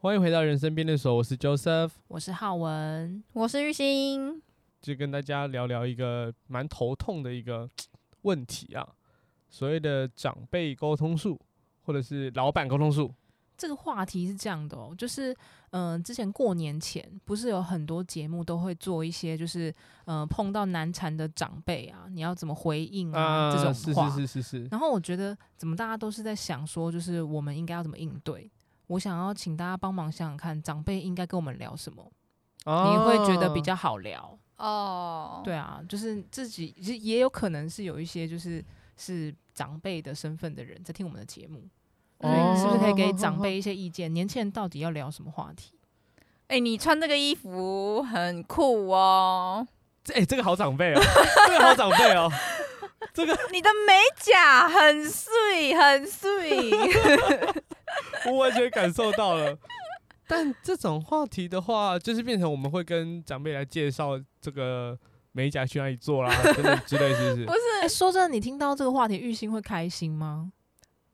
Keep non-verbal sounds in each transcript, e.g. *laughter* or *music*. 欢迎回到人生辩论所，我是 Joseph，我是浩文，我是玉兴，就跟大家聊聊一个蛮头痛的一个问题啊，所谓的长辈沟通术，或者是老板沟通术。这个话题是这样的哦，就是嗯、呃之前过年前不是有很多节目都会做一些，就是嗯、呃碰到难缠的长辈啊，你要怎么回应啊、啊，这种是话。是是是是，然后我觉得怎么大家都是在想说，就是我们应该要怎么应对。我想要请大家帮忙想想看，长辈应该跟我们聊什么，你会觉得比啊较好聊。哦，对啊，就是自己其实也有可能是有一些就是是长辈的身份的人在听我们的节目，所哦以是不是可以给长辈一些意见？年轻人到底要聊什么话题？哎、你穿这个衣服很酷哦，这 *laughs* 哎、这个好长辈哦，这个好长辈哦， *laughs* 这个你的美甲很碎，很 *laughs* 碎。我完全感受到了。但这种话题的话，就是变成我们会跟长辈来介绍这个美甲去哪里做 *laughs* 啦，等等之类，是不是不？哎、是，说真的，你听到这个话题，玉兴会开心 *laughs* 吗？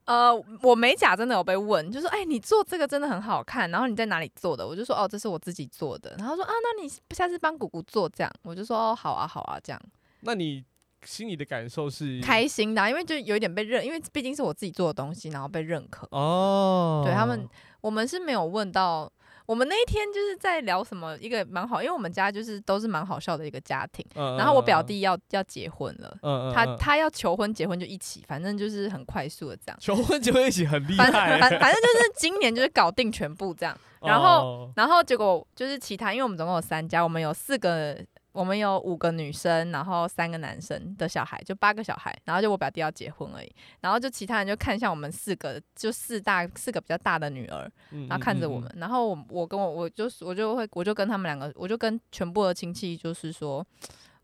呃，我美甲真的有被问，就说，哎、你做这个真的很好看，然后你在哪里做的？我就说，哦，这是我自己做的。然后说，啊，那你下次帮姑姑做这样，我就说，哦，好啊，好啊，这样那你心里的感受是开心的啊、因为就有一点被认，因为毕竟是我自己做的东西，然后被认可。哦，对他们，我们是没有问到。我们那一天就是在聊什么，一个蛮好，因为我们家就是都是蛮好笑的一个家庭。嗯，然后我表弟要要结婚了，嗯，嗯，嗯他嗯他要求婚结婚就一起，反正就是很快速的这样。求婚结婚一起很厉反害反 *laughs* 欸，反正就是今年就是搞定全部这样。然后哦然后结果就是其他，因为我们总共有三家，我们有四个，我们有五个女生，然后三个男生的小孩，就八个小孩。然后就我表弟要结婚而已，然后就其他人就看向我们四个，就四大四个比较大的女儿，嗯然后看着我们，，然后我我跟我我就我就会我就跟他们两个，我就跟全部的亲戚就是说，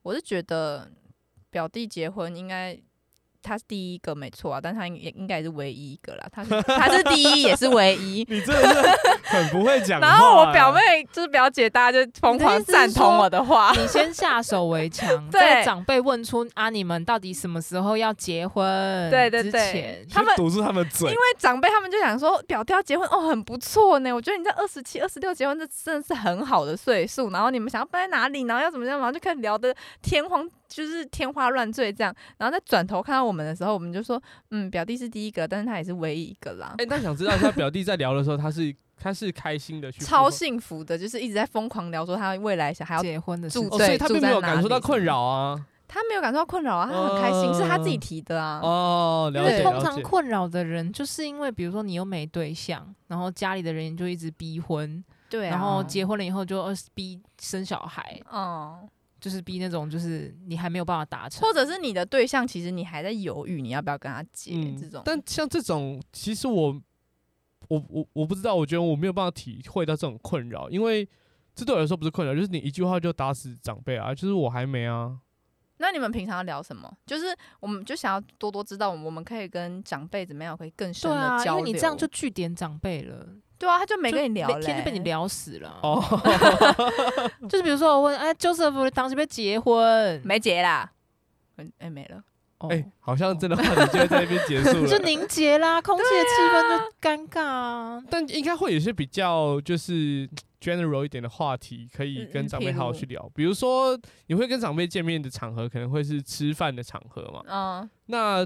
我是觉得表弟结婚应该他是第一个没错啊，但他应也应该也是唯一一个啦，他是他是第一也是 *laughs* 唯一。你真的是很不会讲话欸。然后我表妹就是表姐，大家就疯狂你的意思赞是同说我的话。你先下手为强， *laughs* 对在长辈问出啊你们到底什么时候要结婚对对之对前他们堵住他们嘴因，为长辈他们就想说，表弟要结婚哦，很不错呢。我觉得你在二十七、二十六结婚，这真的是很好的岁数。然后你们想要搬在哪里，然后要怎么样，然后就开始聊的天荒，就是天花乱坠这样。然后再转头看到我们的时候，我们就说，嗯，表弟是第一个，但是他也是唯一一个啦。哎，那想知道一下表弟在聊的时候，他是他是开心的去超复幸福的，就是一直在疯狂聊说他未来想还要，结婚的事住哦，情对所以他并没有住在哪感受到里困扰啊。他没有感受到困扰啊，他很开心，嗯是他自己提的啊。哦，了因解为对通了常解。困扰的人，就是因为比如说你又没对象，然后家里的人就一直逼婚，对啊，然后结婚了以后就呃逼生小孩，哦，就是逼那种就是你还没有办法达成，或者是你的对象其实你还在犹豫你要不要跟他结这种，嗯但像这种，其实我我我我不知道，我觉得我没有办法体会到这种困扰，因为这对我来说不是困扰，就是你一句话就打死长辈啊，就是我还没啊。那你们平常要聊什么？就是我们就想要多多知道，我们可以跟长辈怎么样可以更深对的啊，因交流。为你这样就据点长辈了，对啊，他就没就跟你聊嘞、每天就被你聊死了。哦，就是比如说我问，哎，Joseph 当时被结婚，没结啦，嗯，哎、没了。哦哎、好像真的话题就会在那边结 *laughs* 束就了。凝结啦，空气的气氛就尴尬啊。但应该会有一些比较就是 general 一点的话题，可以嗯跟嗯长譬辈好好如去聊。比如说，你会跟长辈见面的场合，可能会是吃饭的场合嘛。嗯，那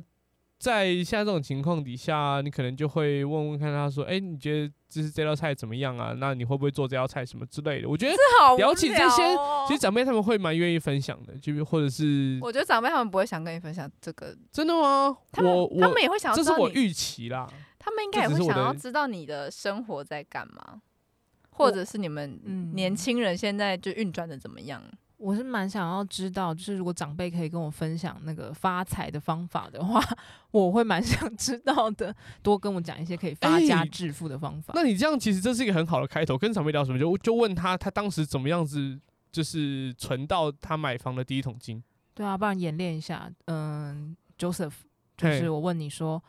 在像这种情况底下，你可能就会问问看他说：“哎、你觉得就是这道菜怎么样啊？那你会不会做这道菜什么之类的？”我觉得这好、无聊起这些聊哦其实长辈他们会蛮愿意分享的，就是或者是我觉得长辈他们不会想跟你分享这个，真的吗？他们我他我们也会想要这知是道我你，预期啦。他们应该也这只会是我想的要知道你的生活在干嘛，或者是你们嗯年轻人现在就运转的怎么样？我是蛮想要知道，就是如果长辈可以跟我分享那个发财的方法的话，我会蛮 *laughs* 想知道的。多跟我讲一些可以发家哎致富的方法。那你这样其实这是一个很好的开头，跟长辈聊什么就就问他他当时怎么样子，就是存到他买房的第一桶金。对啊，不然演练一下。嗯，Joseph，就嘿是我问你说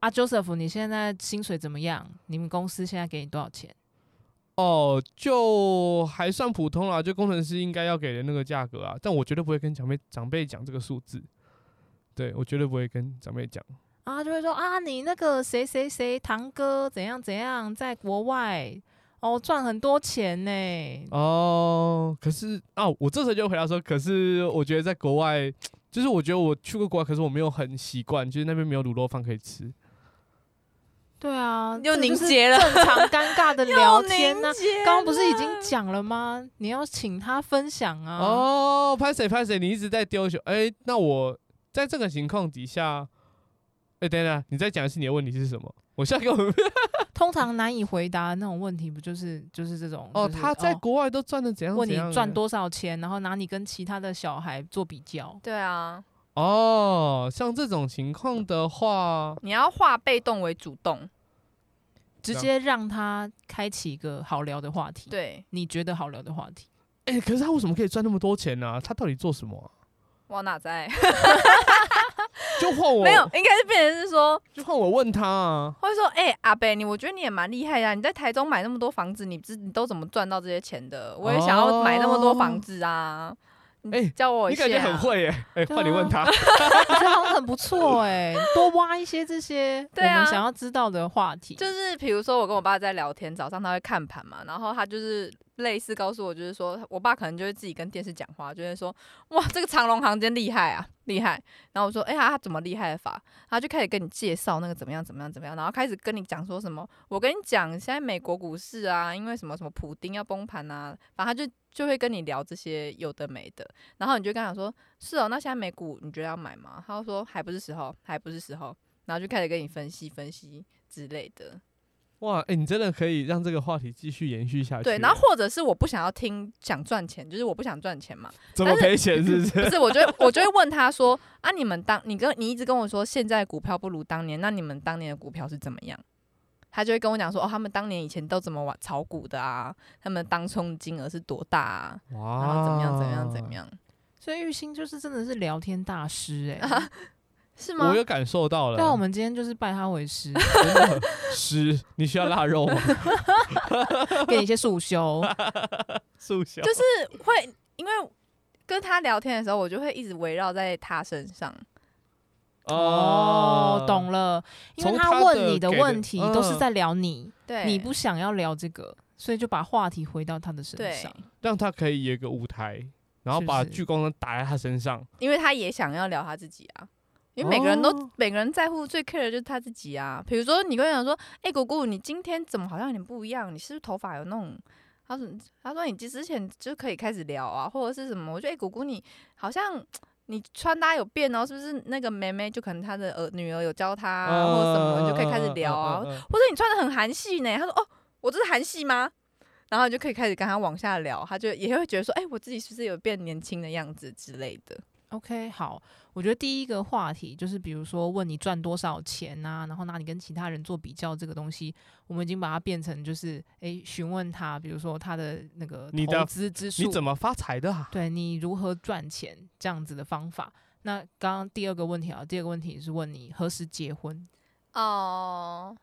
啊，Joseph，你现在薪水怎么样？你们公司现在给你多少钱？哦，就还算普通啦，就工程师应该要给的那个价格啊，但我绝对不会跟长辈长辈讲这个数字，对我绝对不会跟长辈讲。啊，就会说啊，你那个谁谁谁堂哥怎样怎样在国外。哦，赚很多钱呢、哦，可是啊，我这时候就回答说，可是我觉得在国外，就是我觉得我去过国外，可是我没有很习惯，就是那边没有卤肉饭可以吃。对啊，又这凝就是结了正常尴尬的聊天呐、啊刚刚刚不是已经讲了吗？你要请他分享啊。哦，拍谁拍谁，你一直在丢球。哎、那我在这个情况底下，哎、等等，你再讲一次你的问题是什么？我现在给我 *laughs* 通常难以回答的那种问题，不就是就是这种？哦，就是他在哦国外都赚的怎样问怎你样？赚多少钱，然后拿你跟其他的小孩做比较。对啊，哦，像这种情况的话，你要化被动为主动，这直样接让他开启一个好聊的话题，，对，你觉得好聊的话题，哎、可是他为什么可以赚那么多钱呢、他到底做什么啊、我哪在？就换我，没有，应该是变成是说，就换我问他啊。或者说，哎、阿贝，你我觉得你也蛮厉害的、啊，你在台中买那么多房子，你自你都怎么赚到这些钱的？我也想要买那么多房子啊！你哦哎教我一你下、啊感觉很。会耶、哎、对换你问他。我觉得好像很不错哎、多挖一些这些我对啊们想要知道的话题，就是比如说，我跟我爸在聊天，早上他会看盘嘛，然后他就是类似告诉我，就是说我爸可能就会自己跟电视讲话，就会说哇，这个长隆行间厉害啊，厉害。然后我说，哎、呀，他怎么厉害法？他就开始跟你介绍那个怎么样怎么样怎么样，然后开始跟你讲说什么，我跟你讲，现在美国股市啊，因为什么什么普丁要崩盘啊，反正他就就会跟你聊这些有的没的，然后你就跟他讲说，是哦，那现在美股你觉得要买吗？他就说还不是时候，还不是时候，然后就开始跟你分析分析之类的。哇，哎、你真的可以让这个话题继续延续下去。对，然后或者是我不想要听想赚钱，就是我不想赚钱嘛。怎么但是赔钱是不不是？是，我就会我就会问他说啊，你们当你跟你一直跟我说现在股票不如当年，那你们当年的股票是怎么样？他就会跟我讲说哦，他们当年以前都怎么玩炒股的啊，他们当冲金额是多大啊，然哇后怎么样怎么样怎么？啊样，所以玉兴就是真的是聊天大师哎、欸，是吗我？有感受到了。对啊，我们今天就是拜他为师，真的湿，你需要腊肉 *laughs* 吗？给你一些束修，速效就是会因为跟他聊天的时候，我就会一直围绕在他身上。啊哦，懂了，因为从他的问你给的问题都是嗯在聊你，对，你不想要聊这个，所以就把话题回到他的身对上。让他可以有一个舞台，然后是不把是聚光灯打在他身上。因为他也想要聊他自己啊。因为每个人都、哦每个人在乎最 care 的就是他自己啊。比如说你跟我讲说，哎、姑姑，你今天怎么好像有点不一样？你是不是头发有那种？他说他说你之前就可以开始聊啊，或者是什么？我觉得哎、姑姑你好像。你穿搭有变哦，是不是那个妹妹就可能她的儿女儿有教她、啊或者什么，你就可以开始聊嗯。啊。嗯嗯嗯嗯嗯或者你穿的很韩系呢？他说哦，我这是韩系吗？然后你就可以开始跟他往下聊，他就也会觉得说，哎、我自己是不是有变年轻的样子之类的？ OK，好，我觉得第一个话题就是，比如说问你赚多少钱啊，然后拿你跟其他人做比较这个东西，我们已经把它变成就是，诶，询问他，比如说他的那个你的投资之术，你怎么发财的啊？对你如何赚钱这样子的方法。那刚刚第二个问题啊，第二个问题是问你何时结婚，哦，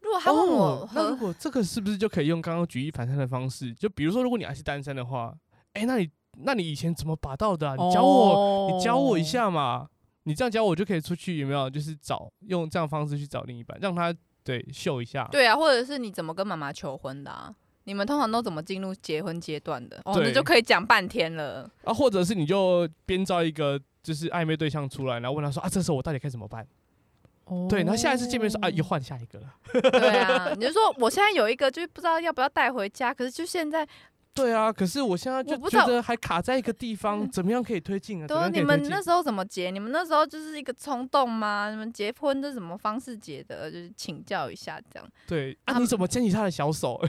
如果他问我呃哦，那如和果这个是不是就可以用刚刚举一反三的方式？就比如说，如果你还是单身的话，哎，那你那你以前怎么把到的啊？哦你教我，你教我一哦。下嘛。你这样教我就可以出去，有没有？就是找用这样方式去找另一半，让他对秀一下。对啊，或者是你怎么跟妈妈求婚的啊？你们通常都怎么进入结婚阶段的？哦，那对就可以讲半天 *laughs* 了。啊，或者是你就编造一个就是暧昧对象出来，然后问他说啊，这时候我到底该怎么办？对，然后下一次见面说啊，哦又换下一个了。对啊，你就说我现在有一个，就是不知道要不要带回家，可是就现在，对啊，可是我现在就我不知觉道得还卡在一个地方，怎么样可以推 *laughs* 进啊？怎对么啊，样可你以推们进那？时候怎么结？你们那时候就是一个冲动吗？你们结婚是什么方式结的？就是请教一下这样。对啊，他们你怎么牵起他的小 *laughs* 手？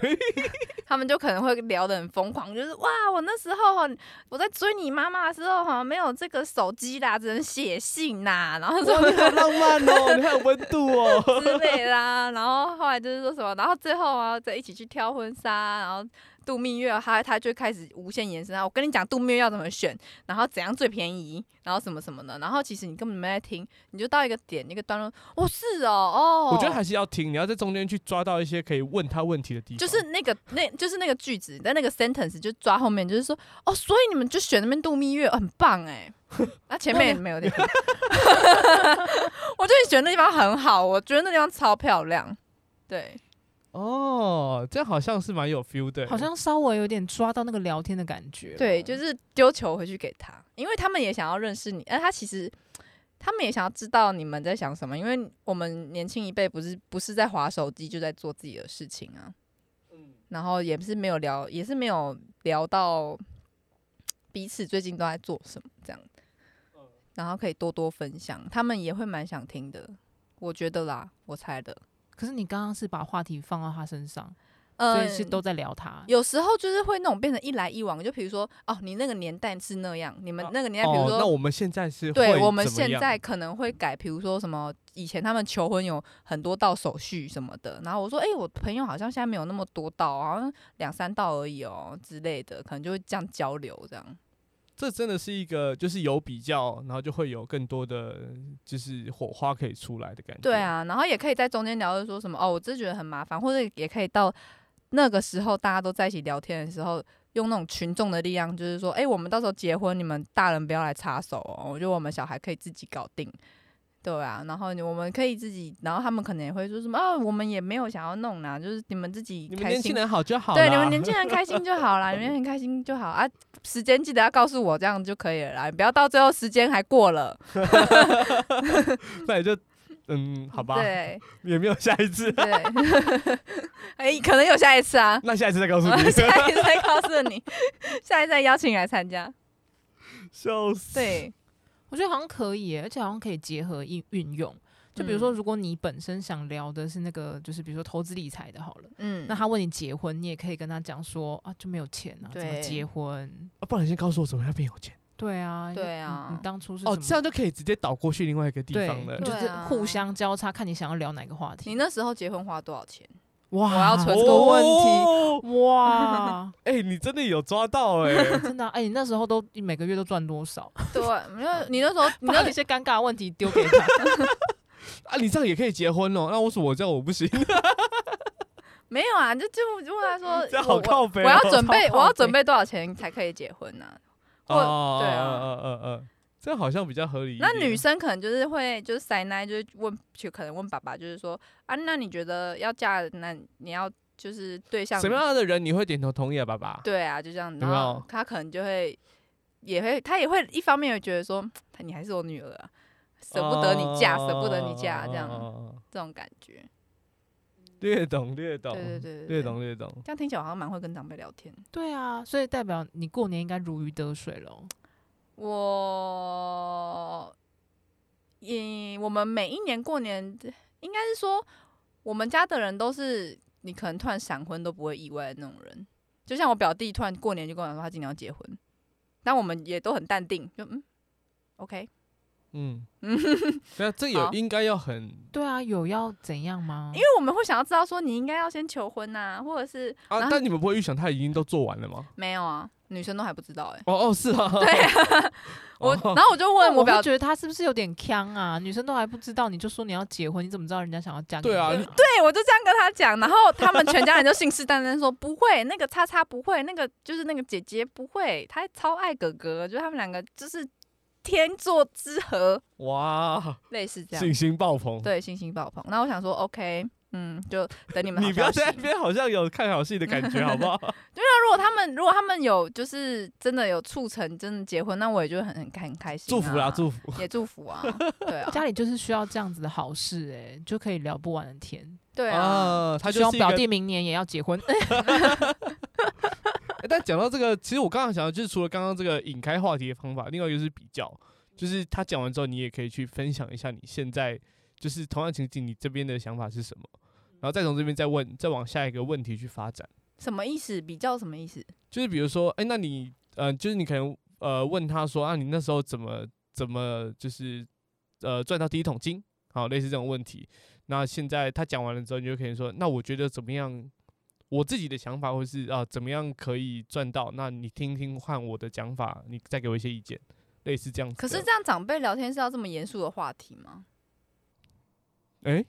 他们就可能会聊得很疯狂，就是哇，我那时候哈我在追你妈妈的时候哈，没有这个手机啦，只能写信啦， *laughs* 然后什哇你好浪漫哦， *laughs* 你很有温度哦。么之类 *laughs* 啦，然后后来就是说什么，然后最后啊，再一起去挑婚纱，然后度蜜月，他他就开始无限延伸啊，我跟你讲度蜜月要怎么选，然后怎样最便宜，然后什么什么的，然后其实你根本没在听，你就到一个点一个段落，哦是哦哦，我觉得还是要听，你要在中间去抓到一些可以问他问题的地方。就是那个那，就是那个句子，但那个 sentence 就抓后面，就是说哦，所以你们就选那边度蜜月，很棒哎。那、前面也没有点， *laughs* 我觉得你选的地方很好，我觉得那地方超漂亮。对，哦，这样好像是蛮有 feel 的欸，好像稍微有点抓到那个聊天的感觉了。对，就是丢球回去给他，因为他们也想要认识你，而他其实他们也想要知道你们在想什么，因为我们年轻一辈不是不是在划手机，就在做自己的事情啊。然后也是没有聊，也是没有聊到彼此最近都在做什么这样，然后可以多多分享，他们也会蛮想听的，我觉得啦，我猜的。可是你刚刚是把话题放到他身上，所呃以，是都在聊他。有时候就是会那种变成一来一往，就比如说哦，你那个年代是那样，你们啊那个年代，比如哦，说、那我们现在是对，会我们怎么现样在可能会改，比如说什么以前他们求婚有很多道手续什么的，然后我说，哎、我朋友好像现在没有那么多道，好像两三道而已哦之类的，可能就会这样交流这样。这真的是一个就是有比较，然后就会有更多的就是火花可以出来的感觉。对，啊，然后也可以在中间聊，就说什么哦，我真的觉得很麻烦，或者也可以到那个时候大家都在一起聊天的时候。用那种群众的力量，就是说，哎、我们到时候结婚，你们大人不要来插手哦。我觉得我们小孩可以自己搞定，对啊。然后你我们可以自己，然后他们可能也会说什么，啊，我们也没有想要弄啦，就是你们自己你们开年心轻，人好就好啦。对，你们年轻人开心就好啦，你们很开心就好啊。时间记得要告诉我，这样就可以了啦，不要到最后时间还过了，那也就嗯，好吧，对。也没有下一次，。对， *laughs* 哎、可能有下一次啊那下一次再告诉你， *laughs* 下一次再告诉你， *laughs* 下一次再邀请你来参加。笑死。对，我觉得好像可以耶，而且好像可以结合运运用。就比如嗯说，如果你本身想聊的是那个，就是比如说投资理财的，好了，嗯，那他问你结婚，你也可以跟他讲说啊，就没有钱啊，怎么对结婚？啊不然你先告诉我怎么样变有钱对啊，对你你啊你当初是哦，怎么这样就可以直接倒过去另外一个地对，方了你。就是对啊互相交叉，看你想要聊哪个话你题。那时候结婚花多少钱？哇，我要存这个问题哦，哇，哎、你真的有抓到哎、啊真的啊哎，你那时候都你每个月都赚多少？对，没有，你那时 *laughs* 候，你把那那些尴尬的问题丢给 *laughs* 他，啊，你这样也可以结婚哦。那为什么我这样我不行？没有啊？就就就问他说，这样我好靠北、我哦。我要准备，超靠北我要准备多少钱才可以结婚呢、哦，啊我哦对啊哦哦哦哦这样好像比较合理一点。那女生可能就是会就是塞奶，就是问，就可能问爸爸，就是说啊，那你觉得要嫁的那你要就是对象什么样的人你会点头同意啊，爸爸？对啊，就这样，有然没后有他可能就会，也会，他也会一方面也觉得说，他你还是我女儿、啊，舍不得你嫁，舍不得你嫁，这样样。这种感觉。哦略懂略懂，对对对对，略对。懂略懂。这样听起来我好像蛮会跟长辈聊天。对啊，所以代表你过年应该如鱼得水喽。我，也我们每一年过年，应该是说我们家的人都是你可能突然闪婚都不会意外的那种人。就像我表弟突然过年就跟我讲说他今年要结婚，但我们也都很淡定，就嗯，OK，嗯 *laughs* 嗯，那这有好应该要很对啊，有要怎样吗？因为我们会想要知道说你应该要先求婚呐、或者是然啊，后但你们不会预想他已经都做完了 *laughs* 吗？没有啊，女生都还不知道哎、哦哦，是啊， *laughs* *laughs* 对啊，我哦然后我就问我会我表觉得他是不是有点呛啊？女生都还不知道，你就说你要结婚，你怎么知道人家想要嫁给你？呃对啊你对，我就这样跟他讲，然后他们全家人就信誓旦旦说不会，那个叉叉不会，那个就是那个姐姐不会，她超爱哥哥，就他们两个就是天作之合，哇，类似这样信，心爆棚。对，信心爆棚。那我想说，OK，嗯，就等你们好你不要消息。在那边好像有看好戏的感觉，好不 *laughs* 好？那如果他们如果他们有就是真的有促成真的结婚，那我也就很很开很开心、祝福啦，福祝福。也祝福啊，*laughs* 对啊，家里就是需要这样子的好事、欸，哎，就可以聊不完的天。对啊。啊，他希就望是一表个。弟明年也要结婚。 *laughs* 欸但讲到这个，其实我刚刚想到，就是除了刚刚这个引开话题的方法，另外一个就是比较，就是他讲完之后，你也可以去分享一下你现在就是同样情景，你这边的想法是什么，然后再从这边再问，再往下一个问题去发展。什么意思？比较什么意思？就是比如说，哎、那你，呃，就是你可能呃问他说啊，你那时候怎么怎么就是呃赚到第一桶金，好，类似这种问题。那现在他讲完了之后，你就可以说，那我觉得怎么样？我自己的想法，或是啊、怎么样可以赚到？那你听听看我的讲法，你再给我一些意见，类似这样子的。可是这样长辈聊天是要这么严肃的话题吗？哎、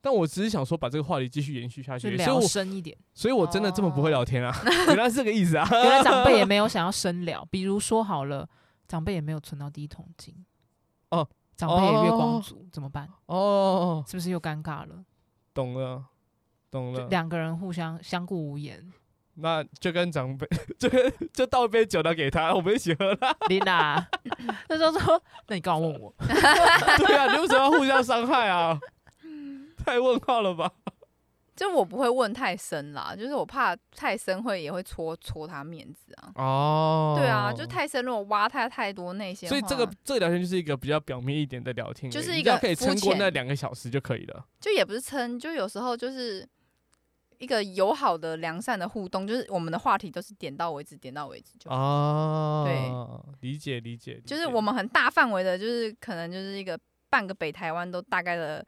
但我只是想说把这个话题继续延续下就去，所以聊我深一点，所以我真的这么不会聊天啊，原来是这个意思啊。原来长辈也没有想要深聊。比如说好了，长辈也没有存到第一桶金，哦，长辈也月光哦族、怎么办？哦，是不是又尴尬了？懂了。懂就了。两个人互相相顾无言。那就跟长辈，就跟就倒一杯酒来给他，我们一起喝啦。琳达 *laughs* 那时候说，那你刚好问我，对啊，你为什么要互相伤害啊？太问号了吧？就我不会问太深啦，就是我怕太深会也会戳戳他面子啊。哦对啊，就。太深，如果挖他太多那些的所话，以这个这个聊天就是一个比较表面一点的聊天而已，就是你一只要个可以肤撑过浅那两个小时就可以了。就也不是撑，就有时候就是一个友好的、良善的互动，就是我们的话题都是点到为止，点到为止就好。哦，对，理解理解，理就是解我们很大范围的，就是可能就是一个半个北台湾都大概的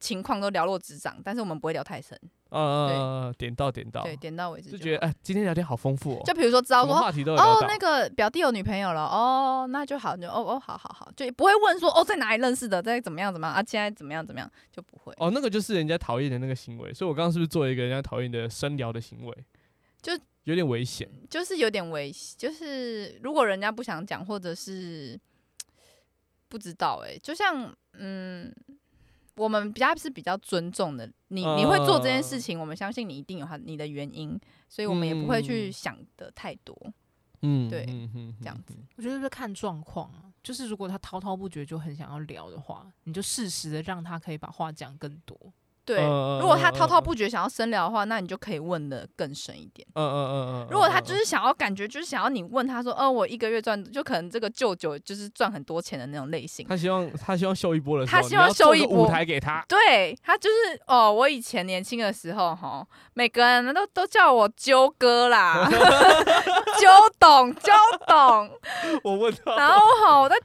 情况都了若指掌，但是我们不会聊太深，呃点到点到，对，点到为止就就觉得好。哎，今天聊天好丰富哦，就比如说知道什么说话题都有聊哦到，，那个表弟有女朋友了，哦，那就好，就哦哦，好好好，就不会问说哦在哪里认识的，在怎么样怎么样啊，现在怎么样怎么样，就不会，哦，那个就是人家讨厌的那个行为，所以我刚刚是不是做了一个人家讨厌的深聊的行为？就有点危险，就是有点危，就是如果人家不想讲，或者是不知道哎、就像嗯，我们比较是比较尊重的，你嗯你会做这件事情，我们相信你一定有它你的原因，所以我们也不会去嗯想的太多，嗯，对嗯嗯这样子我觉得是看状况啊。就是如果他滔滔不绝就很想要聊的话，你就适时的让他可以把话讲更多。对。嗯如果他滔滔，不绝想要深聊的话，那你就可以问的更深一点。嗯嗯嗯嗯，如果他就是想要感觉，就是想要你问他说，呃，我一个月赚，就可能这个舅舅就是赚很多钱的那种类型。他希望他希望秀一波的时候，他希望秀一你要做个波舞台给他，对他就是哦，我以前年轻的时候哈，每个人都都叫我啾哥啦，啾董啾董， *laughs* 我问他，然后哈我在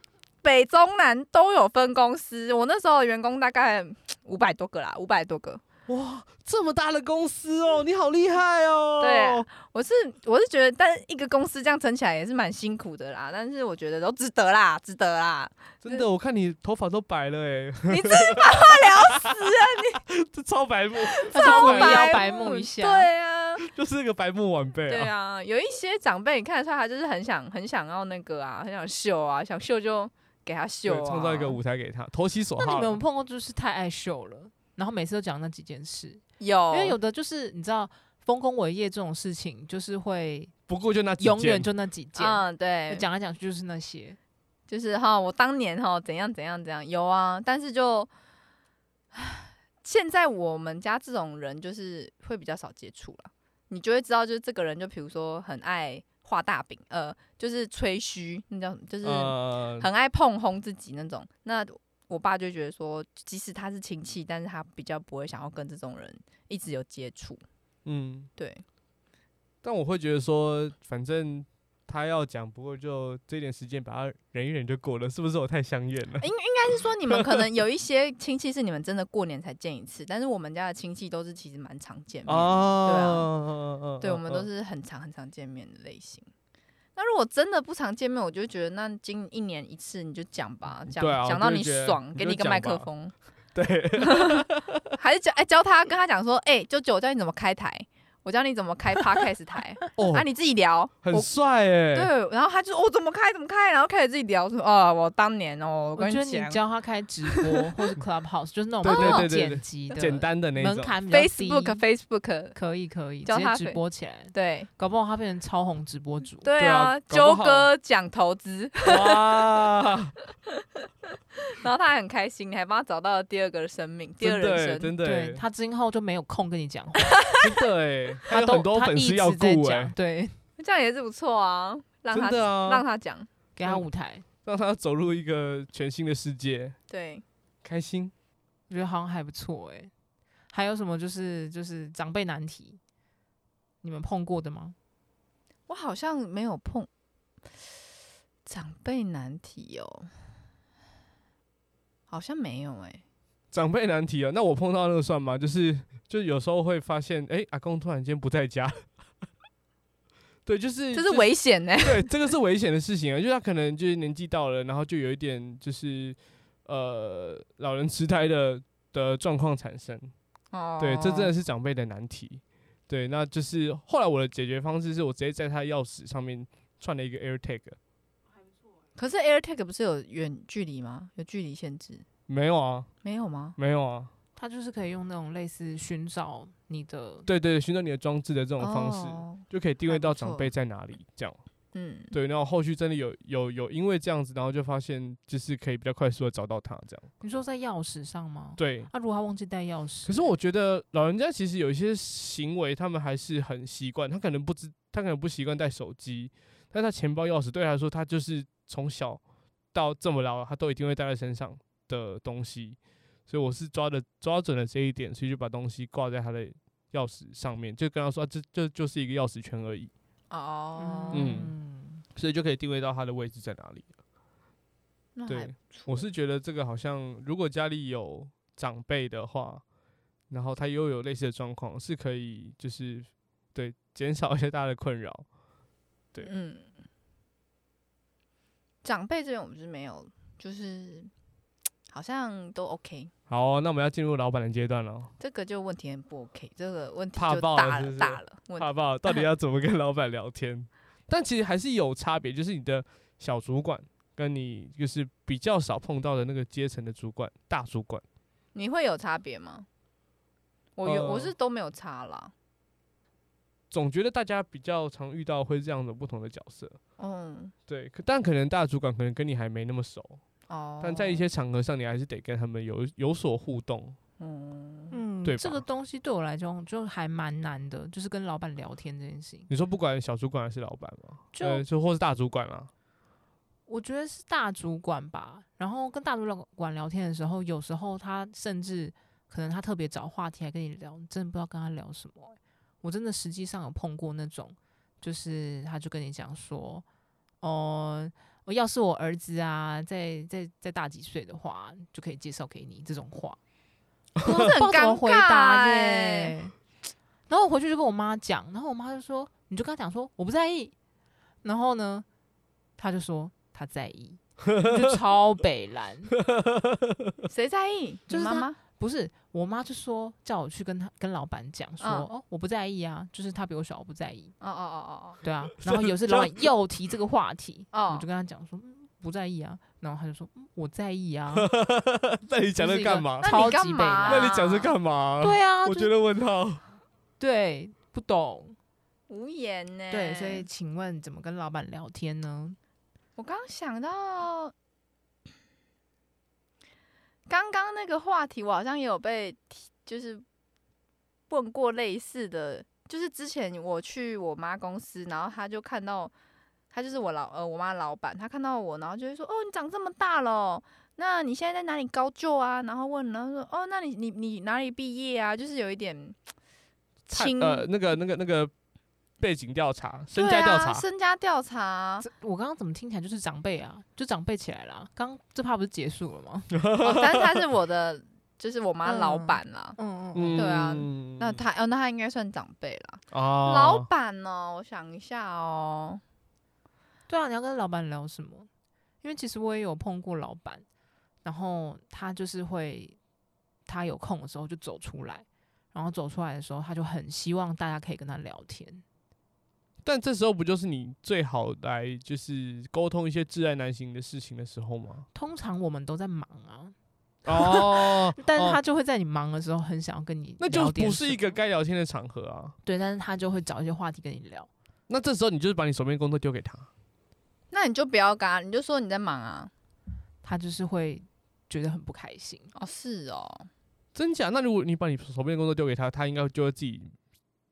北中南都有分公司，我那时候的员工大概五百多个啦，五百多个。哇，这么大的公司哦，你好厉害哦，对啊我是我是觉得，但一个公司这样撑起来也是蛮辛苦的啦，但是我觉得都值得啦，值得啦。真的，我看你头发都白了哎，你自己把话聊死啊， *laughs* 这超白目，他就故白意要 *laughs* 白白目一下，对啊。就是个白目晚辈对啊，啊，有一些长辈你看得出来，他就是很想很想要那个啊，很想秀啊，想秀就给他秀、啊，对创造一个舞台给他，投其所那你好们有啦，碰过就是太爱秀了，然后每次都讲那几件事？哦有，因为有的就是你知道丰功伟业这种事情，就是会不过就那几永件啊远就那几件，嗯对，讲来讲去就是那些。就是哈，我当年哈怎样怎样怎样有啊，但是就唉现在我们家这种人就是会比较少接触了，你就会知道，就是这个人就比如说很爱画大饼，呃，就是吹嘘，那叫就是呃很爱碰轰自己那种。那我爸就觉得说，即使他是亲戚，但是他比较不会想要跟这种人一直有接触。嗯，对。但我会觉得说，反正他要讲，不过就这点时间把他忍一忍就过了，是不是我太相怨了？应应该是说，你们可能有一些亲戚是你们真的过年才见一次，但是我们家的亲戚都是其实蛮常嗯见面的。哦，嗯啊对，我们都是很常很常见面的类型。那如果真的不常见面，我就觉得那今一年一次你就讲吧，讲对啊我讲到就你觉得爽，你给就你一个讲麦克吧风，对， *laughs* 还是教哎、教他跟他讲说，哎、舅舅，我教你怎么开台，我教你怎么开 *laughs* podcast 台，哦啊，，你自己聊。很我帅哎，对，然后他就我、哦、怎么开怎么开，然后开始自己聊说啊，我当年哦，我我跟觉得讲你教他开直 *laughs* 播或是 Clubhouse，就是那对种对帮对对对你剪辑的，简单的那门种，槛比较低。 Facebook Facebook，可以可以，直教他接直可以播起来，对搞不好他变成超红直播主。对对啊啊，搞周不好哥讲投资，哇，然后他还很开心，你还帮他找到了第二个生命，第二真的人欸生，真的对欸他今后就没有空跟你讲话，真的哎，还他有都很多他粉一丝要直在顾讲哎，，对，这样也是不错啊，让他真的啊让他讲，给他舞台，让他走入一个全新的世界，对，开心。我觉得好像还不错哎、还有什么就是就是长辈难题，你们碰过的吗？我好像没有碰长辈难题哦，好像没有哎、长辈难题啊，那我碰到那个算吗？就是就有时候会发现，哎、阿公突然间不在家， *laughs* 对，嗯就是这是危险呢、欸对，这个是危险的事情啊，就是他可能就是年纪到了，然后就有一点就是呃老人痴呆的的状况产生，哦， *laughs* 对，这真的是长辈的难题，对，那就是后来我的解决方式是我直接在他钥匙上面串了一个 AirTag，可是 AirTag 不是有远距离吗？有距离限制？没有啊，没有吗？没有啊，他就是可以用那种类似寻找你你的对对，寻找你的装置的这种方式，哦就可以定位还不到长错辈在哪里，这样。嗯，对，然后后续真的有有有因为这样子，然后就发现就是可以比较快速的找到他这样。你说在钥匙上吗？对，啊，如果他忘记带钥匙，可是我觉得老人家其实有一些行为，他们还是很习惯，他可能不知，他可能不习惯带手机，但他钱包、钥匙对他来说，他就是从小到这么老，他都一定会带在身上的东西。所以我是抓的抓准了这一点，所以就把东西挂在他的钥匙上面，就跟他说、啊、这这就是一个钥匙圈而已，哦，嗯，所以就可以定位到他的位置在哪里。那还对，我是觉得这个好像，如果家里有长辈的话，然后他又有类似的状况，是可以就是对减少一些大家的困扰。对嗯，长辈这边我们是没有，就是好像都 OK，好哦、那我们要进入老板的阶段了，这个就问题很不 OK，这个问题怕就爆大了是了不是大了，问好不好？到底要怎么跟老板聊天？但其实还是有差别，就是你的小主管跟你就是比较少碰到的那个阶层的主管、大主管，你会有差别吗？我有，我呃是都没有差啦。总觉得大家比较常遇到会这样的不同的角色。嗯，对，可但可能大主管可能跟你还没那么熟，哦，但在一些场合上，你还是得跟他们有有所互动。嗯，嗯，对这吧个东西对我来讲就还蛮难的，就是跟老板聊天这件事情，你说不管小主管还是老板嘛，就呃就或是大主管 *laughs* 啦，我觉得是大主管吧。然后跟大主管聊天的时候，有时候他甚至可能他特别找话题来跟你聊，你真的不知道跟他聊什么欸、我真的实际上有碰过那种，就是他就跟你讲说，哦、我要是我儿子啊，再再再大几岁的话，就可以介绍给你这种 *laughs* 话。可是很不知道怎么尴回尬答欸耶耶。然后我回去就跟我妈讲，然后我妈就说：“你就跟她讲说我不在意。”然后呢，她就说她在意，就超北蓝。谁在意？就是你妈他妈。不是我妈就说叫我去跟她跟老板讲说：“嗯哦，我不在意啊，就是她比我小，我不在意。哦哦哦”对啊，然后有时老板又提这个话题，哦我哦就跟她讲说。嗯不在意啊，然后她就说、嗯我在意啊，那你讲就这是一个干嘛？那超你干级北嘛啊蓝。那你讲这干嘛？对啊，我就觉得问号。对不懂，无言呢。对，所以请问怎么跟老板聊天呢？我刚想到，刚刚那个话题，我好像也有被提就是问过类似的，就是之前我去我妈公司，然后她就看到，她就是我老呃我妈老板，她看到我，然后就会说，哦，你长这么大了哦。那你现在在哪里高就啊？然后问，然后说哦，那你你你哪里毕业啊？就是有一点看亲呃，那个那个那个背景调查、身对家调啊查，身家 *laughs* 调查，这我刚刚怎么听起来就是长辈啊，就长辈起来了啊。刚这趴不是结束了吗？哦但是他是我的，就是我妈老嗯板啦。嗯嗯，对啊那他哦，那他应该算长辈啦。啊，老板呢？我想一下哦，对啊，你要跟老板聊什么？因为其实我也有碰过老板，然后他就是会，他有空的时候就走出来，然后走出来的时候，他就很希望大家可以跟他聊天。但这时候不就是你最好来就是沟通一些挚爱难行的事情的时候吗？通常我们都在忙啊，，哦 *laughs* 但是哦他就会在你忙的时候很想要跟你那就聊点不是一什个么该聊天的场合啊。对，但是他就会找一些话题跟你聊。那这时候你就是把你手边工作丢给他。那你就不要跟他，你就说你在忙啊。他就是会觉得很不开心。哦，是哦，真假？那如果你把你手边的工作丢给他，他应该就会自己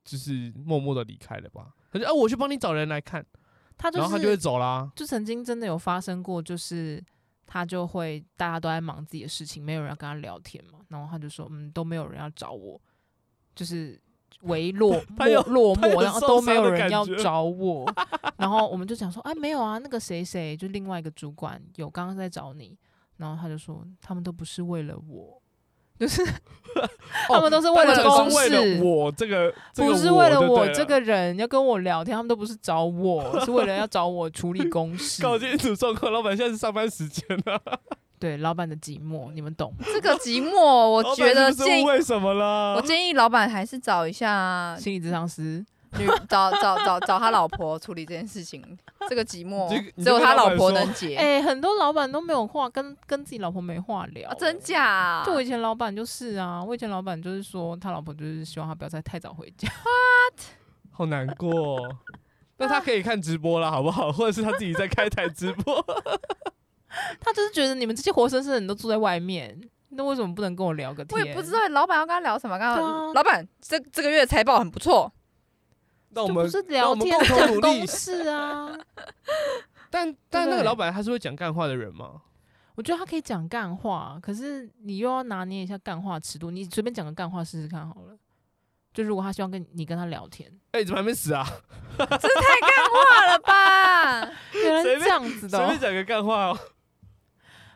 就是默默的离开了吧？他就啊，我去帮你找人来看，他就然是后他就会走啦。就曾经真的有发生过，就是他就会大家都在忙自己的事情，没有人要跟他聊天嘛，然后他就说嗯都没有人要找我，就是微落 *laughs* 他有落落他有寞，然后受都伤没有的人感要觉找 *laughs* 我，然后我们就想说哎没有啊，那个谁谁就另外一个主管有刚刚在找你，然后他就说他们都不是为了我，就是他们都是为哦他了只公是为了事。我这个， *laughs* 这不个是为就了对我了这个人要跟我聊天，他们都不是找我，是为了要找我处理公 *laughs* 事。搞清楚状况。老板现在是上班时间啊了，对老板的寂寞，你们懂吗？这个寂寞，我觉得是建议，为什么啦我？建议老板还是找一下心理咨商师，女找找找找他老婆处理这件事情，这个寂寞这个你只就有跟他老老板婆说能解。哎、很多老板都没有话跟跟自己老婆没话聊、啊真欸？假啊？就我以前老板就是啊，我以前老板就是说他老婆就是希望他不要再太早回家。 *laughs* 好难过、哦。那他可以看直播啦，好不好？或者是他自己在开台直播？他就是觉得你们这些活生生的人都住在外面，那为什么不能跟我聊个我天？也不知道老板要跟他聊什么。刚对啊刚老板这这个月财报很不错，那我就不们是让聊我们天共同努讲力公。事啊。但但那对个老板他是会讲干话的人吗？我觉得他可以讲干话，可是你又要拿捏一下干话尺度。你随便讲个干话试试看好了。就如果他希望跟你跟他聊 *laughs* 天，哎、怎么还没死啊？挂了吧？原来随是便这样子的随哦、便讲个干话哦。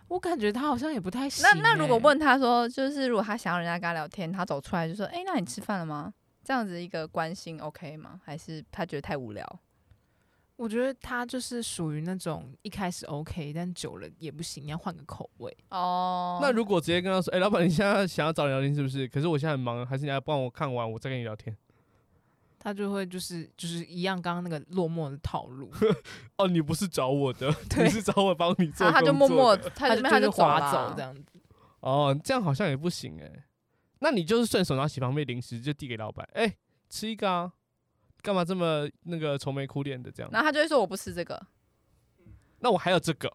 我感觉他好像也不太行那欸、那如果问他说，就是如果他想要人家跟他聊天，他走出来就说：“哎、那你吃饭了吗？”这样子一个关心 OK 吗？还是他觉得太无聊？我觉得他就是属于那种一开始 OK，但久了也不行，要换个口味。哦那如果直接跟他说，哎、老板，你现在想要找你聊天是不是？可是我现在很忙，还是你来帮我看完，我再跟你聊天。他就会就是就是一样刚刚那个落寞的套路，哦，你不是找我 *laughs* 的，对你是找我帮你做啊然后他就工默作默，的 *laughs* 他就就他是走划了走这样子。哦，这样好像也不行哎、那你就是顺手拿起旁边零食就递给老板，哎、吃一个啊，干嘛这么那个愁眉苦脸的这样？然后他就会说：“我不吃这个，那我还有这个，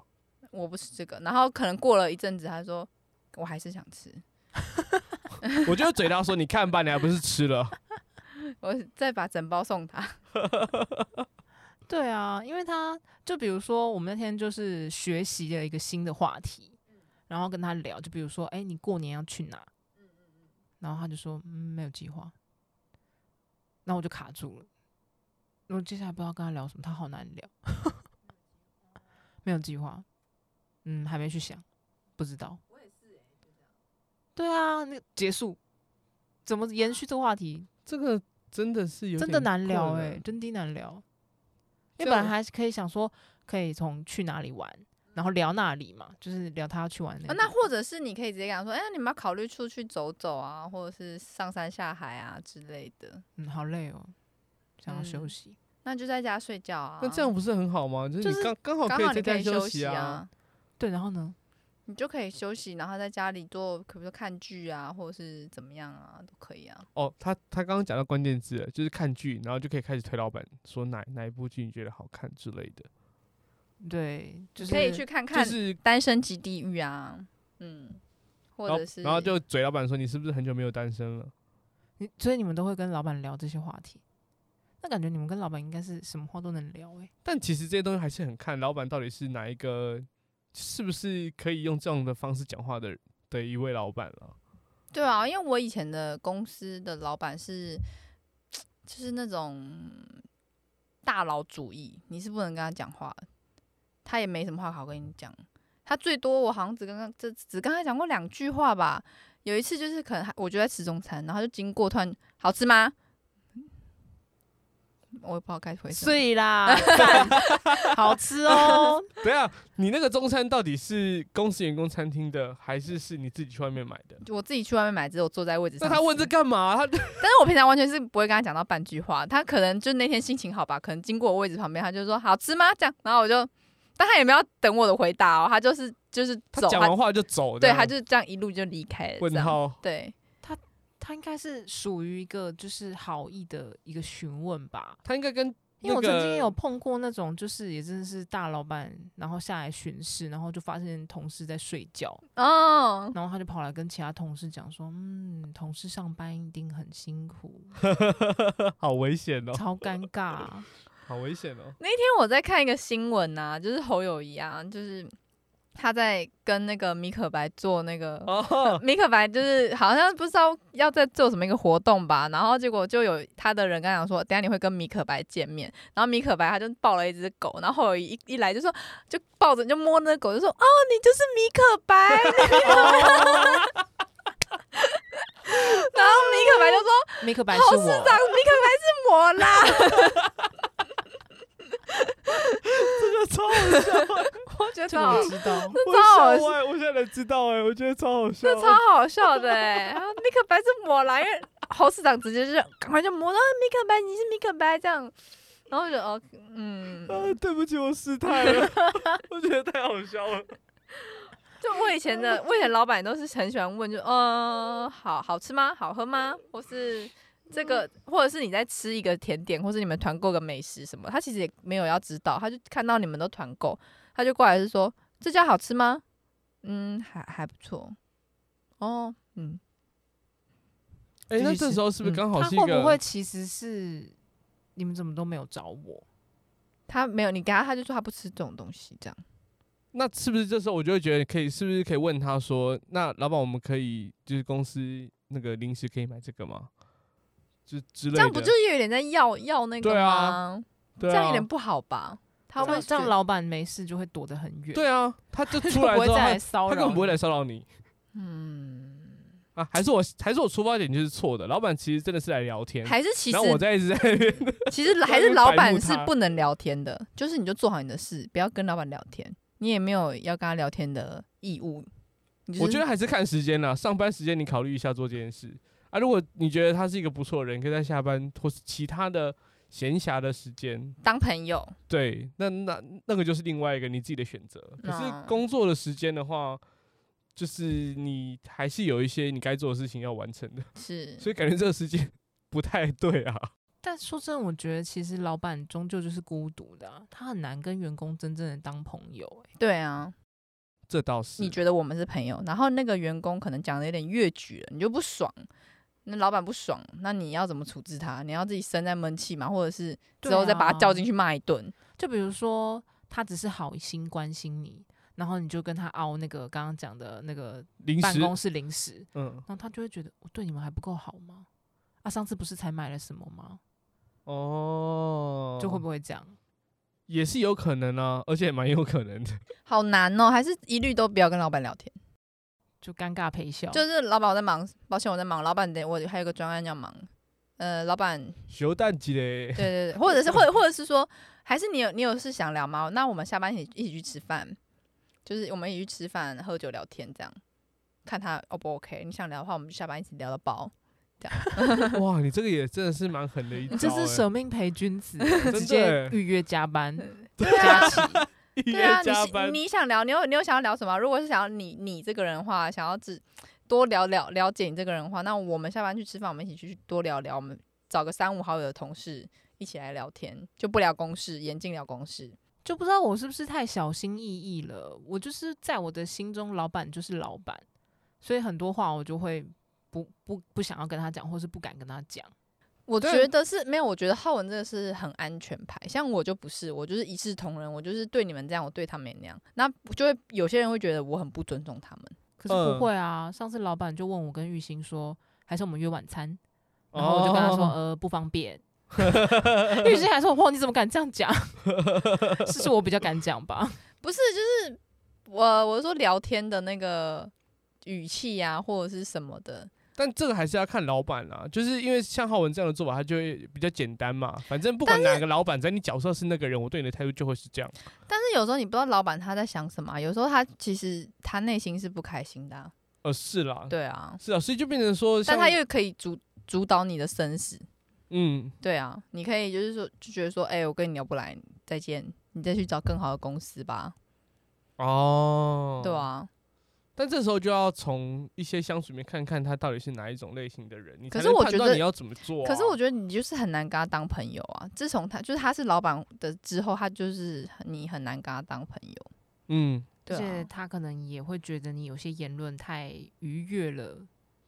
我不吃这个。”然后可能过了一阵子，他说：“我还是想吃。我就嘴他说，你看吧，你还不是吃了？” *laughs* 我再把整包送他。对啊，因为他就比如说，我们那天就是学习了一个新的话题，嗯然后跟他聊，就比如说，哎、你过年要去哪？嗯然后他就说，嗯，没有计划。然后我就卡住了，我接下来不知道跟他聊什么，他好难聊， *laughs* 没有计划，嗯，还没去想，不知道。欸对啊，那结束，怎么延续这个话题？这个真的是有真的点难聊困欸哎、了真的难聊。这因为本来样还是可以想说，可以从去哪里玩，然后聊那里嘛，就是聊他要去玩的啊那个地那方、或者是你可以直接跟他说：“哎、你们要考虑出去走走啊，或者是上山下海啊之类的。嗯，好累哦，想要休嗯息。”那就在家睡觉啊。那这样不是很好吗？就是就你是刚刚好刚可好以在你家可以休息息啊。啊，对，然后呢？你就可以休息，然后在家里做，可比如说看剧啊，或者是怎么样啊，都可以啊。哦，他他刚刚讲到关键字了，就是看剧，然后就可以开始推老板说哪哪一部剧你觉得好看之类的，对，就是可以去看看就《是单身即地狱》啊，嗯，或然后者是然后就嘴老板说你是不是很久没有单身了？你，所以你们都会跟老板聊这些话题。那感觉你们跟老板应该是什么话都能聊哎、但其实这些东西还是很看老板到底是哪一个，是不是可以用这样的方式讲话的的一位老板了。对啊，因为我以前的公司的老板是，就是那种大佬主义，你是不能跟他讲话的，他也没什么话好跟你讲。他最多我好像只跟他只只跟他讲过两句话吧。有一次就是可能他我就在吃中餐，然后他就经过，突然好吃吗？我也不知道该回什么。睡啦，赞 *laughs* 好吃 *laughs* 哦。对啊，你那个中餐到底是公司员工餐厅的，还是是你自己去外面买的？我自己去外面买，只有坐在位置那上吃。他问这干嘛？他但是我平常完全是不会跟他讲到半句话，他可能就那天心情好吧，可能经过我位置旁边，他就说好吃吗？这样，然后我就，但他也没有等我的回答哦，他就是就是他走，讲他完话就走这对样，他就是这样一路就离开了，这问样号。对，他应该是属于一个就是好意的一个询问吧，他应该跟因为那我曾经个有碰过那种，就是也真的是大老板，然后下来巡视，然后就发现同事在睡觉，哦，然后他就跑来跟其他同事讲说：“嗯，同事上班一定很辛苦，好危险哦，超尴尬。 *laughs* 好危险哦。因为我在看一个新闻呐、就是侯友谊啊，就是他在跟那个米可白做那个哦， *laughs* 米可白就是好像不知道要在做什么一个活动吧，然后结果就有他的人跟他讲说，等一下你会跟米可白见面，然后米可白他就抱了一只狗，然后有一一来就说就抱着就摸那狗，就说哦你就是米可白， *laughs* 然后米可白就说米可白好是市长，米我，可白是我啦， *laughs* *laughs* 超好笑，我觉得这个超好啊我知道。我超好笑哎！我现在才知道哎，我觉得超好笑，这超好笑的哎、欸，然后米可白是我啦，因为侯市长直接就是赶快就摸到啊米可白，你是米可白这样，然后我就哦，嗯，啊，对不起，我失态了，我觉得太好笑了。就我以前的，我以前老板都是很喜欢问，就嗯、呃，好好吃吗？好喝吗？或是这个，或者是你在吃一个甜点，或是你们团购个美食什么，他其实也没有要知道，他就看到你们都团购，他就过来是说这家好吃吗？嗯，还还不错。哦，嗯， *laughs* 哎、继那续这吃时候是不是嗯刚好他是一个？会不会其实是你们怎么都没有找我？他没有，你给他，他就说他不吃这种东西，这样。那是不是这时候我就会觉得可以，是不是可以问他说，那老板我们可以就是公司那个零食可以买这个吗？就之类这的。样不就有点在要要那个对吗？啊对这啊样有点不好吧？他这会样这样觉老板没事就会躲得很远，对啊，他就就出来不会之后，再他来骚他扰你，根本不会来骚扰你嗯，啊！还是我还是我出发点就是错的，老板其实真的是来聊天，还是其实然后我在一直在那边其实还还是是老白板目是他不能聊天的，就是你就做好你的事，不要跟老板聊天，你也没有要跟他聊天的义务。你就是我觉得还是看时间啦，上班时间你考虑一下做这件事啊。如果你觉得他是一个不错的人，可以在下班或是其他的闲暇的时间，当朋友，对，那那那个就是另外一个你自己的选择。可那是工作的时间的话，就是你还是有一些你该做的事情要完成的，是所以感觉这个时间 *laughs* 不太对啊。但说真的，我觉得其实老板终究就是孤独的啊、他很难跟员工真正的当朋友、欸。对啊，这倒是你，觉得我们是朋友，然后那个员工可能讲的有点越矩了，你就不爽，那老板不爽，那你要怎么处置他？你要自己生在闷气吗？或者是之后再啊把他叫进去骂一顿？就比如说，他只是好心关心你，然后你就跟他凹那个刚刚讲的那个临办时，公室零食，嗯，然后他就会觉得我对你们还不够好吗？啊，上次不是才买了什么吗？哦，就会不会这样？也是有可能啊，而且蛮有可能的。 *laughs* 好难哦，还是一律都不要跟老板聊天。就尴尬陪笑，就是老板我在忙，抱歉我在忙，老板得我还有个专案要忙。呃，老板熊蛋鸡嘞，对对对，或者是或者或者是说，还是你有你有事想聊吗？那我们下班一起一起去吃饭，就是我们一起去吃饭、喝酒、聊天这样，看他 O 不 OK？你想聊的话，我们就下班一起聊到爆。 *laughs* 哇，你这个也真的是蛮狠的一招、你欸，这是舍命陪君子 *laughs* 欸，真的直接欸预约加班对 *laughs* 加啊，起。预对约啊，加你班，你想聊，你有你有想要聊什么？如果是想要你你这个人的话，想要只多聊聊了解你这个人的话，那我们下班去吃饭，我们一起去多聊聊，我们找个三五好友的同事一起来聊天，就不聊公事，严禁聊公事。就不知道我是不是太小心翼翼了。我就是在我的心中，老板就是老板，所以很多话我就会不不不想要跟他讲，或是不敢跟他讲。我对觉得是没有，我觉得浩文这个是很安全牌，像我就不是，我就是一视同仁，我就是对你们这样，我对他们也那样，那就会有些人会觉得我很不尊重他们。可是嗯不会啊，上次老板就问我跟玉兴说，还是我们约晚餐，哦然后我就跟他说，哦呃，不方便。 *laughs* 玉兴还说，哇，你怎么敢这样讲？ *laughs* 是是我比较敢讲吧？不是，就是我我是说聊天的那个语气呀、或者是什么的，但这个还是要看老板啦，就是因为像浩文这样的做法，他就会比较简单嘛。反正不管哪个老板，只要你角色是那个人，我对你的态度就会是这样。但是有时候你不知道老板他在想什么啊、有时候他其实他内心是不开心的啊、呃，是啦，对啊，是啊，所以就变成说像，但他又可以主主导你的生死，嗯，对啊，你可以就是说就觉得说，哎、我跟你聊不来，再见，你再去找更好的公司吧，哦，对。啊。但这时候就要从一些相处里面看看他到底是哪一种类型的人，你才可是能我判觉断得你要怎么做啊、可是我觉得你就是很难跟他当朋友啊，自从他就是他是老板的之后，他就是你很难跟他当朋友，嗯，而对且啊，他可能也会觉得你有些言论太逾越了，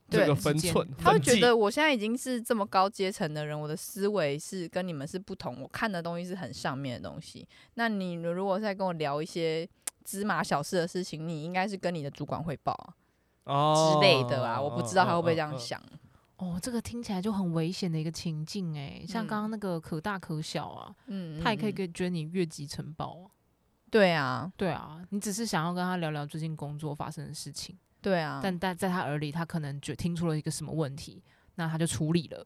这对个分之间寸，他会分觉际得我现在已经是这么高阶层的人，我的思维是跟你们是不同，我看的东西是很上面的东西。那你如果在跟我聊一些芝麻小事的事情，你应该是跟你的主管汇报啊哦嗯之类的啊，我嗯不知道他会不会这样。想。哦，这个听起来就很危险的一个情境哎、像嗯刚刚那个可大可小啊，嗯，他也可以嗯跟觉得你越级呈报啊。对啊，对啊，你只是想要跟他聊聊最近工作发生的事情，对啊，但但在他耳里，他可能觉听出了一个什么问题，那他就处理了，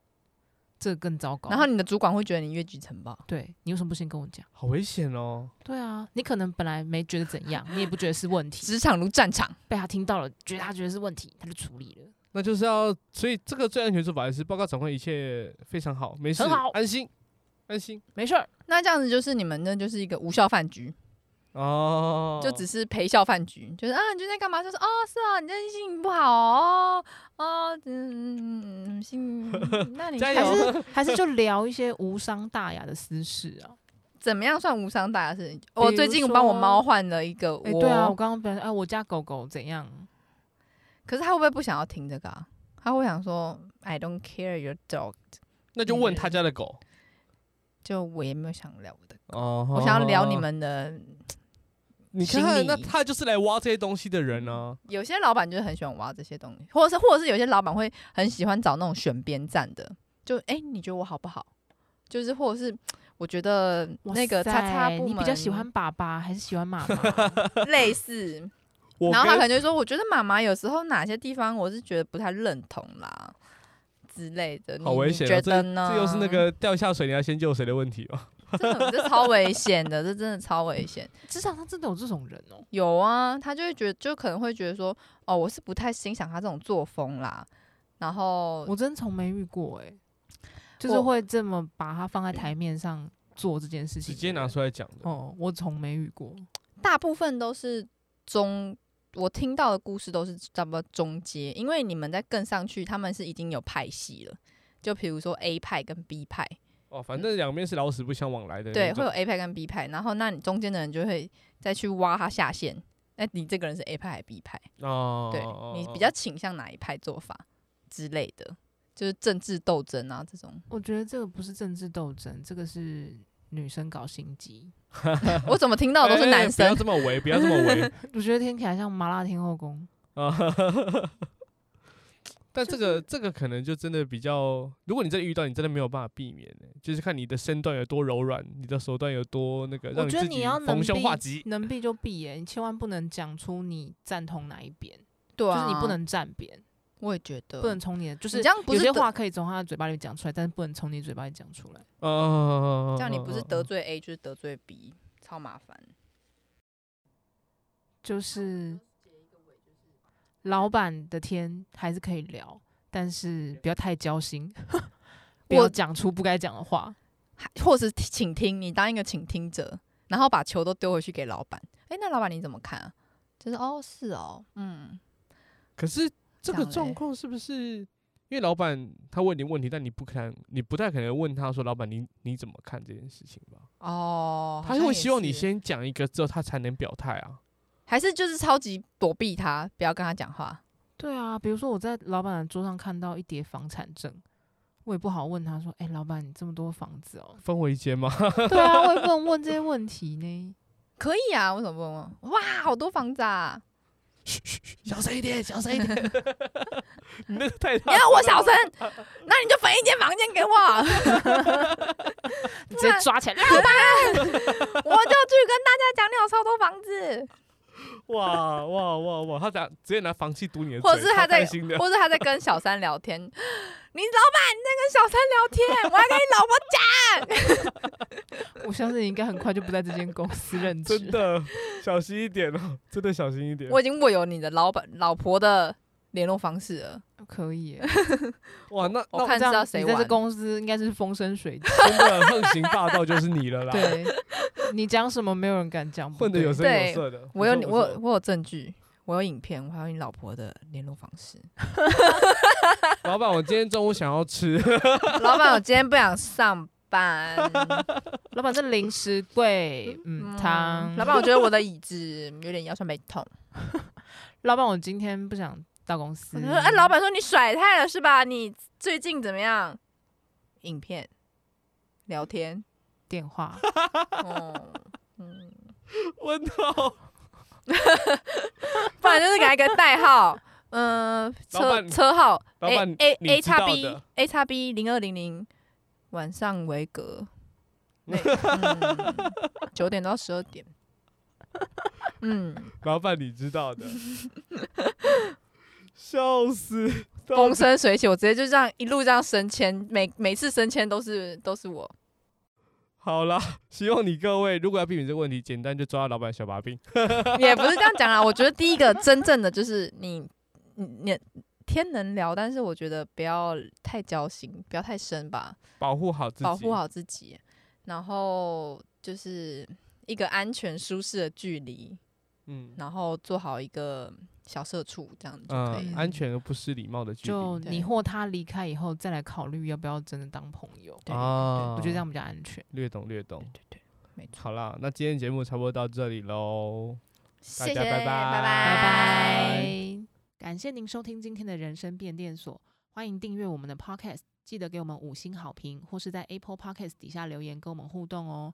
这更糟糕。然后你的主管会觉得你越级承包。对你为什么不先跟我讲？好危险哦！对啊，你可能本来没觉得怎样，你也不觉得是问题，职场如战场，被他听到了，觉得他觉得是问题，他就处理了。那就是要，所以这个最安全做法是报告长官一切非常好，没事很好，安心，安心没事儿，那这样子就是你们那就是一个无效饭局，哦，就只是陪笑饭局，就是啊你最近在干嘛？就是哦是啊，你最近心情不好哦哦嗯嗯 *laughs* 嗯心，那你加还油还是是还是就聊一些无伤大雅的私事啊。怎么样算无伤大雅的事情？如我最近帮我猫换了一个哎、窝，对啊，我刚刚本来哎，我家狗狗怎样？可是他会不会不想要听这个啊？他会想说 I don't care your dog，那就问他家的狗就我也没有想聊的，哦，我想要聊你。们的。你心看，理那他就是来挖这些东西的人啊呢、有些老板就是很喜欢挖这些东西，或者是或者是有些老板会很喜欢找那种选边站的，就哎、诶你觉得我好不好？就是或者是我觉得哇那个塞叉叉部门你比较喜欢爸爸还是喜欢妈 *laughs* 妈？类似，我然后他可跟能就说，我觉得妈妈有时候哪些地方我是觉得不太认同啦之类的，你好危你险、哦，觉这得呢？这又是那 *laughs* 个 *laughs* 掉下水你要先救谁的问题哦。这种这超危险的，这真的超危险。职场上真的有这种人哦、有啊，他就会觉得，就可能会觉得说，哦，我是不太欣赏他这种作风啦。然后我真从没遇过哎、就是我会这么把它放在台面上做这件事直情，接拿出来讲的，哦，我从没遇过。大部分都是中，我听到的故事都是差不多中阶，因为你们在更上去，他们是已经有派系了。就比如说 A 派跟 B 派，哦，反正两边是老死不相往来的对，那种。会有 A 派跟 B 派，然后那你中间的人就会再去挖他下线，那你这个人是 A 派还是 B 派？哦，对哦你哦比较倾向哪一派做法之类的，就是政治斗争啊这种。 *laughs* 我觉得这个不是政治斗争，这个是女生搞心机。 *laughs* 我怎么听到的都是男哎哎哎生不要这么围，不要这么围我觉得听起来像麻辣天后宫。啊！ *laughs* 但这个这个可能就真的比较，如果你真的遇到，你真的没有办法避免、欸，就是看你的身段有多柔软，你的手段有多那个，我让觉得自你己要能逢凶化避吉，。能避就避耶、你千万不能讲出你赞同哪一边，对就是啊，你不，能站边，我也觉得不能从你的，就是你这样不有是些得话可以从他的嘴巴里讲出来，但是不能从你嘴巴里讲出来。哦，这样你不是哦得罪 A 就是得罪 B，超麻烦。就是老板的天还是可以聊，但是不要太交心， *laughs* 不要我讲出不该讲的话。还或是请听，你当一个倾听者，然后把球都丢回去给老板。哎、那老板你怎么看啊？就是哦，是哦，嗯，啊可是这个讲嘞状况是不是因为老板他问你问题，但你不可能，你不太可能问他说，老板你你怎么看这件事情吧？哦，他好像会也希望你是，先讲一个之后，他才能表态啊。？”还是就是超级躲避他，不要跟他讲话。对啊，比如说我在老板的桌上看到一叠房产证，我也不好问他说：“哎、老板，你这么多房子哦 *laughs* 分为间吗？对啊，我也不能问这些问题呢。可以啊，为什么不能问？哇，好多房子啊！小声一点，小声一 *laughs* 点。 *laughs* 你那个太你大，啊要我小声， *laughs* 那你就分一间房间给我。 *laughs* 你直接啊抓 *laughs* 起来，我就去跟大家讲，你有超多房子，哇哇哇哇！他拿直接拿房契堵你的嘴，或者是超他开在，心的，或者是他在跟小三聊天。你老 *laughs* 板你在跟小三聊天，我要跟你老婆讲。我相信你应该很快就不在这间公司任职真。的小心一点哦，真的小心一点我。已经握有你的老板老婆的联络方式了，可以耶，哇，那我那看这知道样谁你在这玩。公司应该是风生 *laughs* 水起。真的横行霸道就是你了啦，对，你讲什么没有人敢讲不混的对，有声有色的。我有不错我有不错我有证据，我有影片，我还有你老婆的联络方式。 *laughs* *laughs* 老板，我今天中午想要吃， *laughs* 老板，我今天不想上班。老板，这零食贵，嗯，嗯汤。老板，我觉得我的椅子有点腰酸背痛。老板，我今天不想到公司。我就说，哎，老板说你甩太了是吧？你最近怎么样？影片聊天。电话，哦，嗯，我操！ *laughs* 不然就是给他一个代号， *laughs* 嗯，老车板车号老 A 板 A 你 A 知叉道 B 的 A 叉 B 零二零零，晚上维 *laughs* 格，那嗯九点到十 *laughs* 二点，嗯，老板，你知道的， *laughs* 笑死！到风生水起，我直接就这样一路这样升迁，每每次升迁都是都是我，好啦，希望你各位如果要避免这个问题，简单就抓老板小把柄。*laughs* 啊也不是这样讲啦，我觉得第一个真正的就是你你。你天能聊，但是我觉得不要太交心，不要太深吧，保护好自己，保护好自己，然后就是一个安全舒适的距离，嗯，然后做好一个小社畜，这样就可以嗯，了。安全而不失礼貌的距就离你对或他离开以后，再来考虑要不要真的当朋友。对啊，我觉得这样比较安全。略懂略懂对。对对，没错。好啦，那今天节目差不多到这里喽。大谢谢，家拜拜拜拜拜拜，感谢您收听今天的人生变电所，欢迎订阅我们的 Podcast，记得给我们五星好评，或是在 Apple Podcast 底下留言跟我们互动哦。